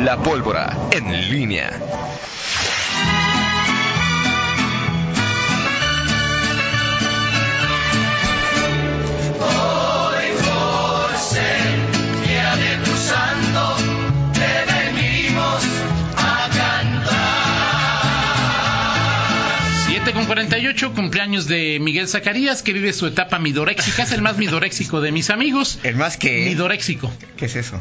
La pólvora en línea. Hoy por ser día de tu santo, te venimos a cantar. 7 con 48, cumpleaños de Miguel Zacarías, que vive su etapa midoréxica. Es el más midoréxico de mis amigos. El más que. Midoréxico. ¿Eh? ¿Qué es eso?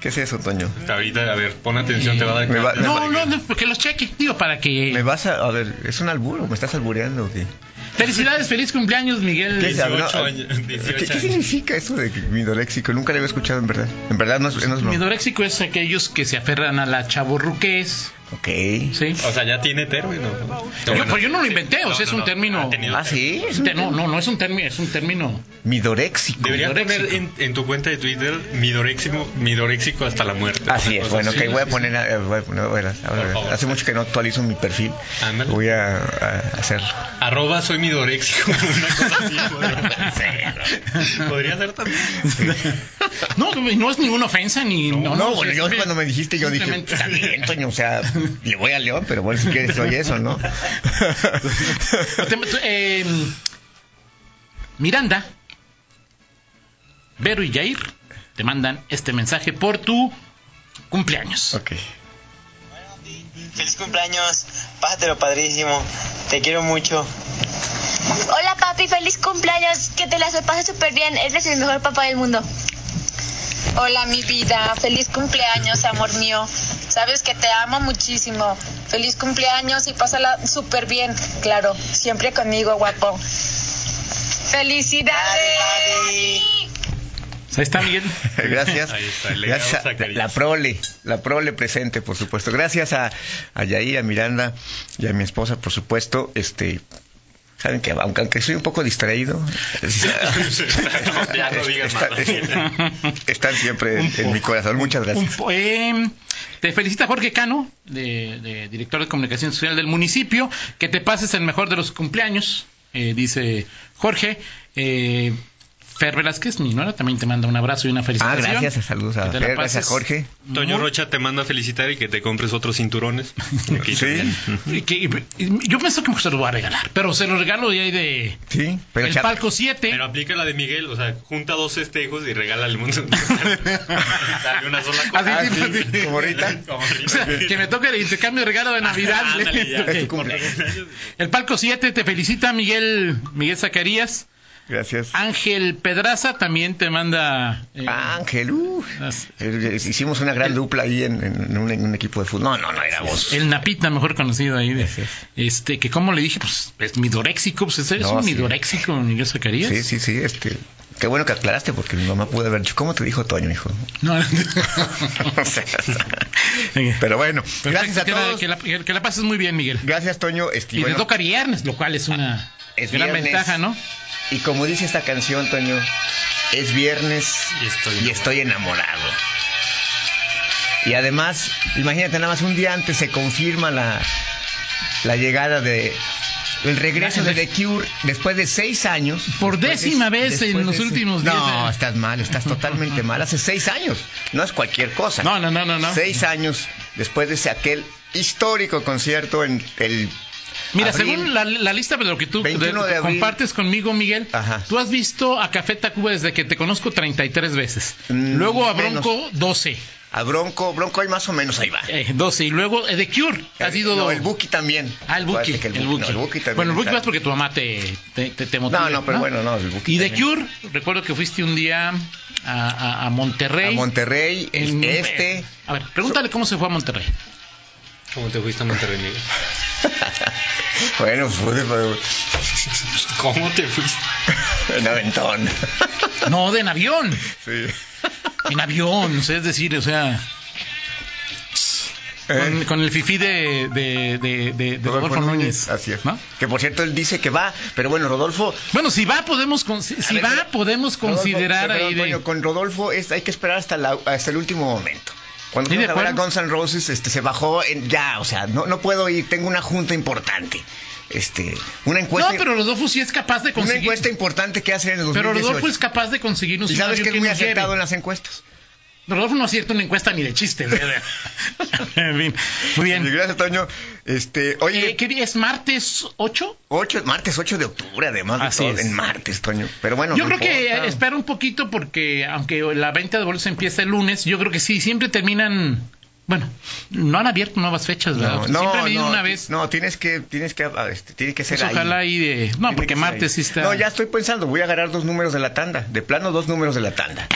¿Qué es eso, Toño? Ahorita, a ver, pon atención, te va a Me va- dar. No, no, no, que los cheque, digo, para que... ¿Me vas a.? A ver, ¿es un albur o me estás albureando? o qué? Felicidades, feliz cumpleaños, Miguel. ¿Qué, es- a ver, no, 18 años, ¿qué- 18 qué años. significa eso de midoléxico? Nunca lo había escuchado, en verdad. En verdad no es. No es broma. Midoréxico es aquellos que se aferran a la chaborruquez, ok. ¿sí? O sea, ya tiene término. Yo- pero yo no lo inventé, o sea, es un término- ha tenido Ah, sí. es un- Te- No, no, no es un término, es un término. Midoléxico. Debería Midoréxico. poner en, en tu cuenta de Twitter midoréxico, midoréxico hasta la muerte. Así Una es, cosa bueno, así. que voy a poner, eh, voy a poner- bueno, ahora, Por favor. hace mucho que no actualizo mi perfil, Ándale. voy a, a hacerlo. Arroba soy midoréxico. Una cosa así. podría- Podría ser también. No, no es ninguna ofensa ni. No, es- bueno, yo es- cuando me dijiste yo dije, "Pues, simplemente- está bien, Toño, o sea, le voy a León, pero bueno, si quieres soy eso, ¿no? Te- tú, eh, Miranda, Vero y Jair te mandan este mensaje por tu cumpleaños. ok. Feliz cumpleaños, pásatelo padrísimo, te quiero mucho. Hola papi, feliz cumpleaños, que te las pases súper bien, eres el mejor papá del mundo. Hola mi vida, feliz cumpleaños amor mío, sabes que te amo muchísimo, feliz cumpleaños y pásala súper bien, claro, siempre conmigo guapo. ¡Felicidades! Ahí está, Miguel. Gracias. Ahí está, el legado Gracias a Zacarías. la prole, la prole presente, por supuesto. Gracias a, a Yair, a Miranda y a mi esposa, por supuesto. Este, saben que aunque, aunque soy un poco distraído, ya no digas Está- más. están siempre en, en mi corazón. Muchas Un gracias. po- eh, te felicita Jorge Cano, de, de director de comunicación social del municipio, que te pases el mejor de los cumpleaños, eh, dice Jorge. Eh, Fer Velázquez, mi nuera, también te manda un abrazo y una Ah, felicitación. gracias. Saludos a Que te la Fer, gracias pases a Jorge. Toño muy- Rocha te manda a felicitar y que te compres otros cinturones. Aquí Sí, también. Y que- y- yo pienso que se lo voy a regalar, pero se lo regalo ya ahí de sí. Pero el Char- palco 7. Pero aplica la de Miguel, o sea, junta dos festejos y regala al mundo. Dale una sola cosa. Ah, Así, tipo, sí. así. como ahorita. Como O sea, ahorita. que me toque el intercambio de regalo de Navidad. Ándale, ya. Ok. Ah, Es tu cumpleaños. El palco 7 te felicita Miguel Miguel Zacarías. Gracias. Ángel Pedraza también te manda eh, Ángel, uh, las- eh, hicimos una gran dupla ahí en, en un, en un equipo de fútbol. No, no, no, era vos. el Napita, mejor conocido ahí. de- Gracias. este, que como le dije, pues es midoréxico, pues es, es No, un sí. midoréxico, Miguel Zacarías. Sí, sí, sí. Este, qué bueno que aclaraste porque mi mamá pudo haber dicho, ¿cómo te dijo Toño, hijo? No, no. O sea, Venga. Pero bueno, gracias Perfecto, a que la- todos. Que la, que la pases muy bien, Miguel. Gracias, Toño. Este, Y bueno, Ah, te toca viernes, lo cual es una es gran viernes. ventaja, ¿no? y como dice esta canción, Toño, es viernes Y estoy y estoy enamorado. Y además, imagínate, nada más un día antes se confirma la, la llegada de. El regreso de The Cure después de seis años. Por Después de- décima vez después en de los se- últimos diez eh. No, años. estás mal, estás totalmente mal. Hace seis años. No es cualquier cosa. No, no, no, no. no. Seis años después de ese aquel histórico concierto en el. Mira, abril. según la, la lista de lo que tú 21 de de- abril. compartes conmigo, Miguel, Ajá. tú has visto a Café Tacuba desde que te conozco 33 veces. Mm, luego a menos. Bronco, 12. A Bronco, Bronco hay más o menos, ahí va. Eh, 12. Y luluego eh, The Cure. Ha sido. No, el Buki también. Ah, el Buki. Acuérdate que Buki- el Buki. no, el Buki también bueno, el Buki está. más porque tu mamá te, te, te, te motiva, No, no, pero bueno, no, el Buki Y The también. Cure, recuerdo que fuiste un día a, a- a A Monterrey. Monterrey, el En- este. A ver, pregúntale cómo se fue a Monterrey. ¿Cómo te fuiste a Monterrey, Miguel? Bueno, fue fue ¿Cómo te fuiste? un aventón. No, de en avión. Sí. En avión, o sea, es decir, o sea. Eh, Con, con el fifí de, de, de, de- de Rodolfo Núñez. Así es. ¿no? Que por cierto, él dice que va, pero bueno, Rodolfo. Bueno, si va, podemos, con- si si A ver, va, pero- podemos considerar Rodolfo- ahí perdón, Toño, de. con Rodolfo es, hay que esperar hasta, la- hasta el último momento. Cuando Sí, de fuimos a ver a acuerdo. Guns N' Roses, este, se bajó en- ya, o sea, no, no puedo ir, tengo una junta importante. Este, una No, encuesta, pero Rodolfo sí es capaz de una conseguir. encuesta importante que hace en el Pero 2018. Rodolfo es capaz de conseguirnos y un sabes avión que es muy nos lleve. acertado en las encuestas. Rodolfo no acierta una encuesta ni de chiste. güey. en fin, muy bien. Gracias, Toño. Este, oye, Eh, ¿Qué día es? ¿Martes 8? ocho- martes 8 de octubre, además. de Así todo, es. En martes, Toño. Pero bueno, Yo no creo que importa. eh, espera un poquito porque aunque la venta de boletos empieza el lunes, yo creo que sí, siempre terminan... Bueno, no han abierto nuevas fechas, ¿verdad? No, siempre no, han ido no, una vez. no, tienes que, tienes que, ah, este, tiene que ser Pues ahí. ojalá ahí de... No, Tiene que porque ser martes ahí. sí está... No, ya estoy pensando, voy a agarrar dos números de la tanda. De plano, dos números de la tanda.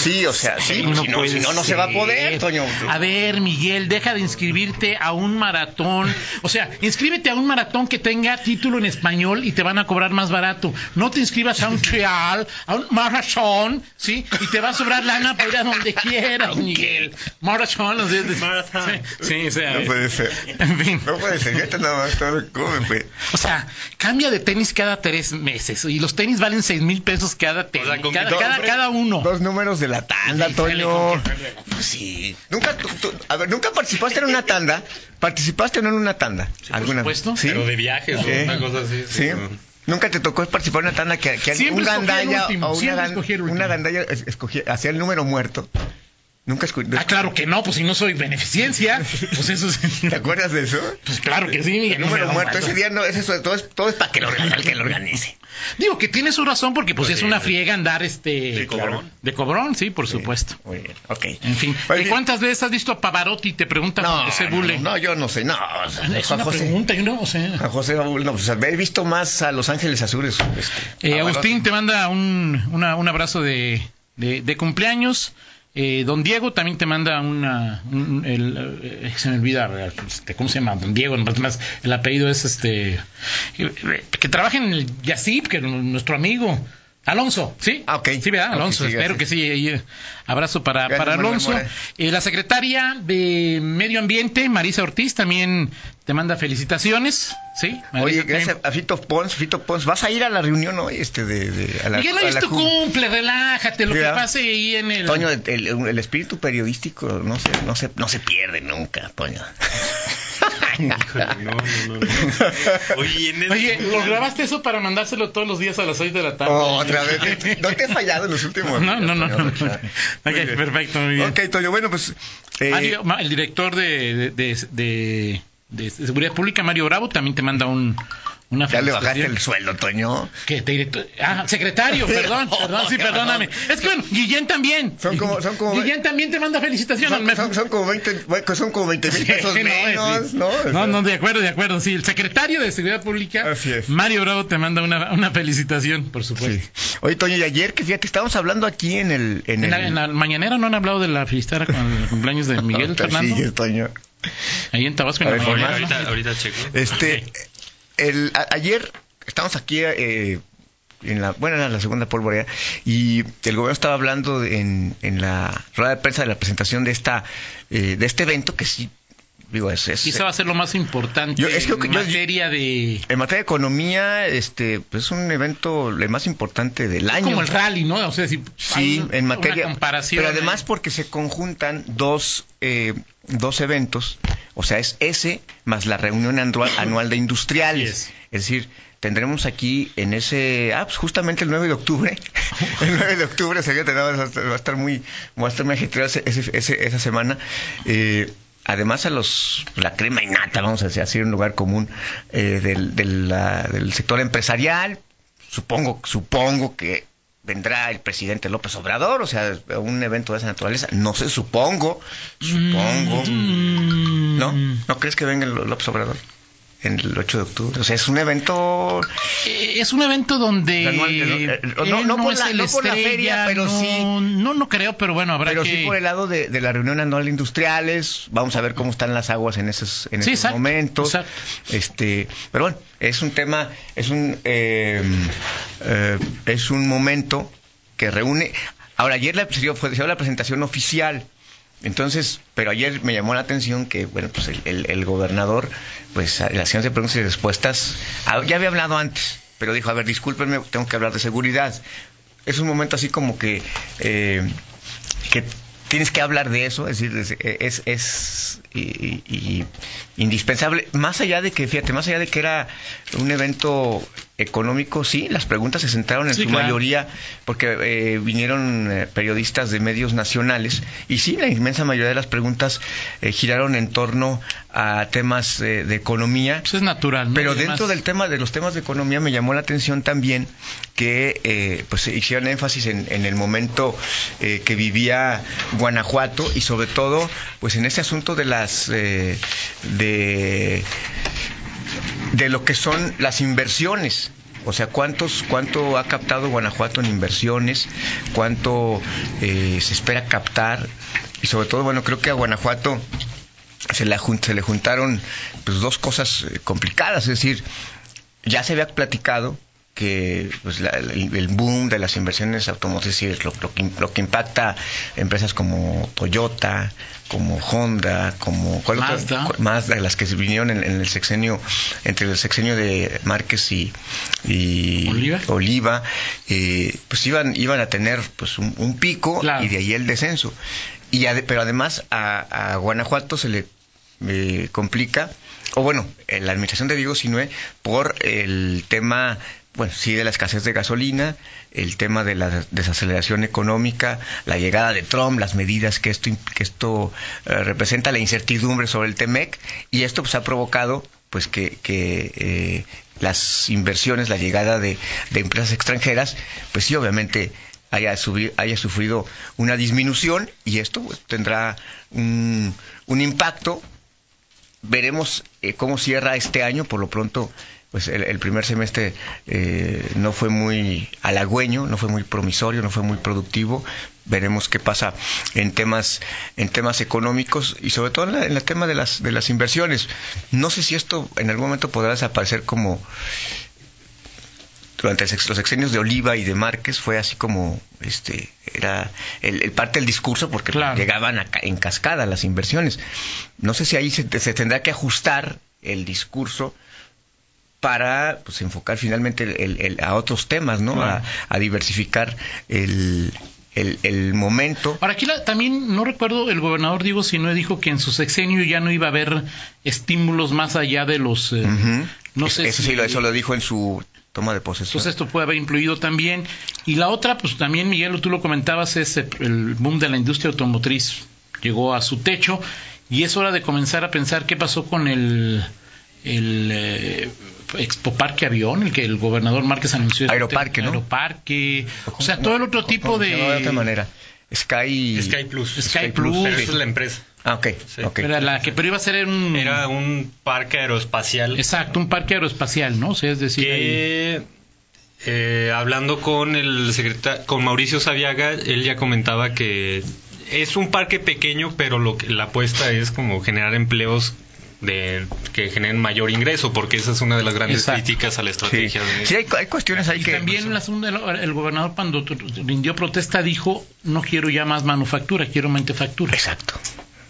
Sí, o sea, sí, No si no, puede si no, no se va a poder, ser. Toño. A ver, Miguel, deja de inscribirte a un maratón. O sea, inscríbete a un maratón que tenga título en español y te van a cobrar más barato. No te inscribas a un trial, a un maratón, ¿sí? Y te va a sobrar lana para ir a donde quieras, Miguel. Maratón, o sea, de- Maratón. Sí, sí, o sea, No pues- puede ser. en fin. No puede ser, yo te nada más, todo come, pues. O sea, cambia de tenis cada tres meses y los tenis valen seis mil pesos cada tenis, con que cada, dos, cada- hombre, cada uno. Dos números de la tanda, Híjole, Toño. con que perder. Pues sí. Nunca, tú- tú- a ver, nunca participaste en una tanda. ¿Participaste o no en una tanda? ¿Alguna vez? supuesto. Sí. Pero de viajes Sí. o una cosa así. Sí. Nunca te tocó participar en una tanda que, que un Siempre escogí el gandalla último, o una, siempre gan- escogí el último. una gandalla es- escogía- hacía el número muerto. Nunca escogí. Ah, claro que no, pues si no soy beneficencia, pues eso es... ¿Te acuerdas de eso? Pues claro que sí, Miguel. El no me número lo muerto. mato. Ese día no, ese, es- todo, es, todo es para que lo organice. Que lo organice. Digo que tiene su razón porque pues es sí, una sí. friega andar este... De cobrón. De cobrón, sí, por supuesto. Muy bien, ok. En fin. Oye, ¿Y cuántas veces has visto a Pavarotti? Te pregunta No, José no, Bule. no, yo no sé. No, o sea, es Juan una José. pregunta, yo no, o sea... Juan José Bule, no, pues he visto más a Los Ángeles Azules. este, Eh, a Agustín te manda un, una- un abrazo de, de- de cumpleaños. Eh, don Diego también te manda una... un- el, eh, se me olvida, este, ¿cómo se llama? Don Diego, más el apellido es este... eh, Que trabaja en el Yacip, que nuestro amigo. Alonso, ¿sí? Ah, ok. Sí, ¿verdad? Ok, Alonso, sí, espero gracias. que sí. ahí, eh, Abrazo para, Gracias, para Manuel Alonso. Mora. Eh, la secretaria de Medio Ambiente, Marisa Ortiz, también te manda felicitaciones, ¿sí? Oye, Marisa, gracias a Fito Pons, Fito Pons, ¿vas a ir a la reunión hoy? Este de, de- a la, Miguel, hoy a es la tu ju- cumple, relájate, lo que ¿Verdad? pase ahí en el... Toño, el, el- el espíritu periodístico no se, no, se, no se pierde nunca, Toño. Híjole, no, no, no, no. Oye, en el- Oye, ¿lo grabaste eso para mandárselo todos los días a las 6 de la tarde? Oh, otra vez. No te he fallado en los últimos. No, no, no. no. Toño, ok, Muy bien. perfecto, muy bien. Ok, Toño, bueno, pues. eh, Mario, ma- el director de, de, de- de- de Seguridad Pública, Mario Bravo, también te manda un, una ya le felicitación. bajaste el sueldo, Toño. ¿Qué? Te diré- Ah, secretario, perdón, perdón, sí, perdóname. Es que bueno, Guillén también. Son como- son como- Guillén también te manda felicitaciones. Son, Me- son- son como 20 bueno, son como 20 mil pesos Sí, no, menos, sí. ¿no? O sea, No, no, de acuerdo, de acuerdo. Sí, el secretario de Seguridad Pública, Así es. Mario Bravo, te manda una, una felicitación, por supuesto. sí. Oye, Toño, y ayer que fíjate, estábamos hablando aquí en el. En En, el... la, en la mañanera no han hablado de la fiestera con el cumpleaños de Miguel Te Fernando. sigues, Ah, Toño. Ahí en Tabasco, en A la ver, Oye, mañanera, ahorita, ¿no? ahorita checo. Este, el, a- ayer estamos aquí eh, en la, bueno, en la segunda pólvora y el gobierno estaba hablando de- en, en la rueda de prensa de la presentación de esta, eh, de este evento que sí, digo, es, es- Quizá va a ser lo más importante Yo- es que- en yo- materia de... en materia de economía, este, pues es un evento el más importante del año. Como el rally, ¿no? O sea, si hay Sí, un- en materia. Una comparación. pero además porque se conjuntan dos, eh, dos eventos, o sea, es ese más la reunión anual, anual de industriales. Así es. Es. decir, tendremos aquí en ese. Ah, pues justamente el 9 de octubre. El 9 de octubre, o sea, que te- va a estar- va a estar muy, va a estar muy ajetreado ese- ese- ese- esa semana. Eh, Además a los la crema y nata, vamos a decir así, un lugar común eh, del, del, la- del sector empresarial, supongo, supongo que vendrá el presidente López Obrador, o sea, a un evento de esa naturaleza, no sé, supongo, supongo. Mm, ¿No? ¿No crees que venga el López Obrador? En el 8 de octubre. O sea, es un evento. Eh, Es un evento donde La anual- el- el- él no- no por la- el no por la feria, pero no, sí- no no creo, pero bueno habrá Pero que sí por el lado de, de la reunión anual de industriales. Vamos a ver cómo están las aguas en esos, en Sí, esos exacto, momentos. exacto. Este, pero bueno, es un tema, es un, eh, eh, es un momento que reúne. Ahora ayer la, se dio- fue- se dio la presentación oficial. Entonces, pero ayer me llamó la atención que, bueno, pues el, el- el gobernador, pues a- en la sesión de preguntas y respuestas, ah, ya había hablado antes, pero dijo, a ver, discúlpenme, tengo que hablar de seguridad. Es un momento así como que, eh, que tienes que hablar de eso, es decir, es, es, es, y- y- y indispensable, más allá de que, fíjate, más allá de que era un evento económico, sí. Las preguntas se centraron en Sí, su claro. mayoría porque eh, vinieron eh, periodistas de medios nacionales y sí, la inmensa mayoría de las preguntas eh, giraron en torno a temas eh, de economía. Pues es natural. ¿no? Pero Y dentro además- del tema de los temas de economía me llamó la atención también que eh, pues se hicieron énfasis en, en el momento eh, que vivía Guanajuato y sobre todo pues en ese asunto de las eh, de de lo que son las inversiones. O sea, ¿cuántos, ¿cuánto ha captado Guanajuato en inversiones? ¿Cuánto eh, se espera captar? Y sobre todo, bueno, creo que a Guanajuato se, la jun- se le juntaron pues, dos cosas eh, complicadas. Es decir, ya se había platicado que pues, la- el, el boom de las inversiones automotrices, es decir, lo, lo que, lo que impacta empresas como Toyota, como Honda, como ¿cuál otra? Mazda. Cu- Mazda, las que se vinieron en, en el sexenio, entre el sexenio de Márquez y, y Oliva. Oliva, eh, pues iban, iban a tener pues un, un pico Claro. y de ahí el descenso. Y ade- pero además a, a Guanajuato se le eh, complica, o bueno, eh, la administración de Diego Sinue por el tema, bueno, sí, de la escasez de gasolina, el tema de la desaceleración económica, la llegada de Trump, las medidas que esto, im- que esto eh, representa, la incertidumbre sobre el TEMEC, y esto pues ha provocado pues que, que eh, las inversiones, la llegada de, de empresas extranjeras, pues sí, obviamente haya, subi- haya sufrido una disminución y esto pues, tendrá un, un impacto. Veremos eh, cómo cierra este año, por lo pronto. Pues el, el primer semestre eh, no fue muy halagüeño, no fue muy promisorio, no fue muy productivo. Veremos qué pasa en temas en temas económicos y sobre todo en, la- en el tema de las de las inversiones. No sé si esto en algún momento podrá desaparecer como durante el sex- los sexenios de Oliva y de Márquez fue así como este era el, el parte del discurso porque Claro. llegaban a ca- en cascada las inversiones. No sé si ahí se, te- se tendrá que ajustar el discurso para pues, enfocar finalmente el- el- el- a otros temas, ¿no? Claro. A, a diversificar el, el- el momento. Ahora, aquí la- también no recuerdo, el gobernador Diego Sinue dijo que en su sexenio ya no iba a haber estímulos más allá de los... eh, Ujú. No Es- sé eso si- sí, lo, eso lo dijo en su toma de posesión. Entonces esto puede haber influido también. Y la otra, pues también, Miguel, tú lo comentabas, es eh, el boom de la industria automotriz. Llegó a su techo y es hora de comenzar a pensar qué pasó con el, el eh, Expo Parque Avión, el que el gobernador Márquez anunció. este Aeroparque, ¿no? Aeroparque. O sea, todo el otro tipo ¿Cómo se de... llamaba otra manera. Sky. Sky Plus. Sky Plus. Pero esa es la empresa. Ah, ok. Sí. ok. Era la que, pero iba a ser un... Era un parque aeroespacial. Exacto, un parque aeroespacial, ¿no? O sea, es decir... ahí- que eh, hablando con el secretario, con Mauricio Sabiaga, él ya comentaba que es un parque pequeño, pero lo que, la apuesta es como generar empleos de que generen mayor ingreso, porque esa es una de las grandes Exacto. críticas a la Sí, estrategia. de- Sí, hay, hay cuestiones ahí Y que. también la segunda, el, el gobernador cuando tu- tu- rindió protesta dijo, no quiero ya más manufactura, quiero manufactura. Exacto.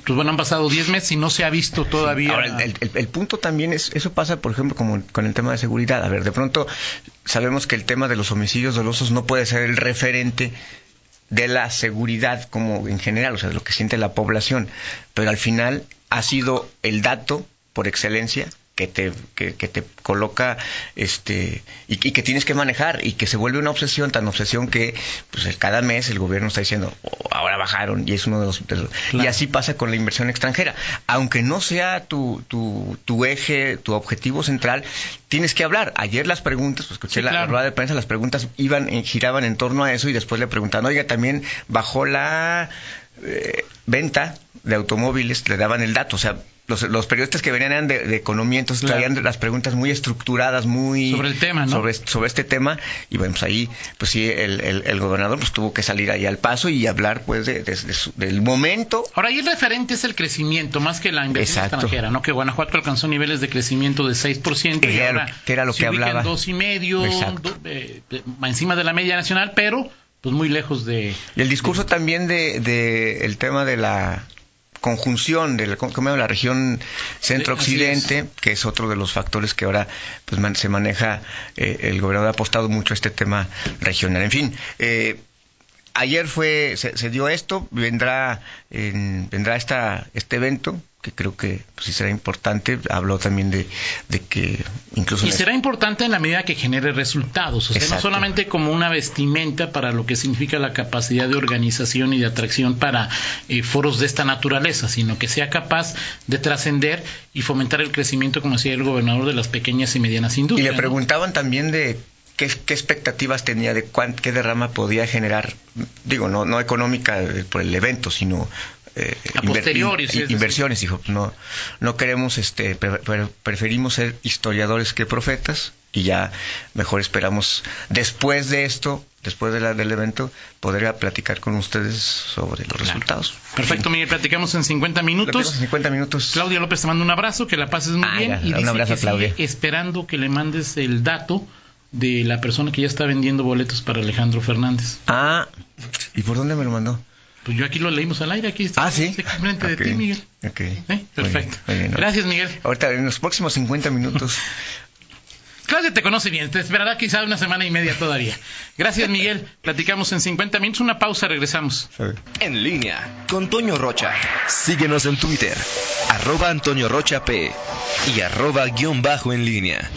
Pues bueno, han pasado 10 meses y no se ha visto todavía. Ahora, el, el- el punto también es, eso pasa, por ejemplo, como con el tema de seguridad. A ver, de pronto sabemos que el tema de los homicidios dolosos no puede ser el referente de la seguridad como en general, o sea, de lo que siente la población, pero al final ha sido el dato por excelencia que te, que, que te coloca este y, y que tienes que manejar y que se vuelve una obsesión, tan obsesión que pues el- cada mes el gobierno está diciendo "Oh, ahora bajaron y es uno de los, de los- y Claro. así pasa con la inversión extranjera. Aunque no sea tu, tu, tu eje, tu objetivo central, tienes que hablar. Ayer las preguntas, pues, escuché Sí, la- claro. la rueda de prensa, las preguntas iban en- giraban en torno a eso y después le preguntaban, oiga, también bajó la eh, venta de automóviles, le daban el dato, o sea, los, los periodistas que venían eran de, de economía, entonces Claro. traían las preguntas muy estructuradas, muy... Sobre el tema, ¿no? Sobre, sobre este tema, y bueno, pues ahí, pues sí, el, el- el gobernador pues tuvo que salir ahí al paso y hablar, pues, de- de- de su- del momento Ahora, ahí el referente es el crecimiento, más que la inversión Exacto. extranjera, ¿no? Que Guanajuato alcanzó niveles de crecimiento de 6%. Que y era lo- ahora que era lo se que ubica en hablaba. dos y medio, Exacto. do- eh, eh, encima de la media nacional, pero pues muy lejos de... Y el discurso también de, de el tema de la conjunción de la, ¿cómo se llama? la región centro-occidente, que es otro de los factores que ahora pues, man- se maneja, eh, el gobernador ha apostado mucho a este tema regional. En fin, eh, ayer fue, se, se dio esto, vendrá, en- vendrá esta, este evento que creo que pues, sí será importante. Habló también de, de que incluso... Y en- será importante en la medida que genere resultados, o sea, no Pues, Exacto. solamente como una vestimenta para lo que significa la capacidad de organización y de atracción para eh, foros de esta naturaleza, sino que sea capaz de trascender y fomentar el crecimiento, como decía el gobernador, de las pequeñas y medianas Y industrias. le ¿no? preguntaban también de qué, qué expectativas tenía, de cuán, qué derrama podía generar, digo, no, no económica eh, por el evento, sino... eh, A inver- posteriori, in- sí, es decir. inversiones, dijo, no, no queremos, este, pre- pre- preferimos ser historiadores que profetas y ya mejor esperamos después de esto, después de la, del evento, poder a platicar con ustedes sobre los resultados. Perfecto, Miguel, platicamos en 50 Lo tenemos en minutos. 50 minutos. Claudia López te manda un abrazo, que la pases muy Ah, bien. ya, y un dice abrazo que a Claudia. sigue esperando que le mandes el dato de la persona que ya está vendiendo boletos para Alejandro Fernández. Ah, ¿y por dónde me lo mandó? Pues yo aquí lo leímos al aire, aquí está. Ah, sí. Está enfrente Ok, de ti, Miguel. ok. ¿Eh? Perfecto. Muy bien, muy bien. Gracias, Miguel. Ahorita, en los próximos 50 minutos. Claudia te conoce bien, te esperará quizá una semana y media todavía. Gracias, Miguel. Platicamos en 50 minutos, una pausa, regresamos. En línea con Toño Rocha. Síguenos en Twitter, arroba Antonio Rocha P y arroba guión bajo en línea.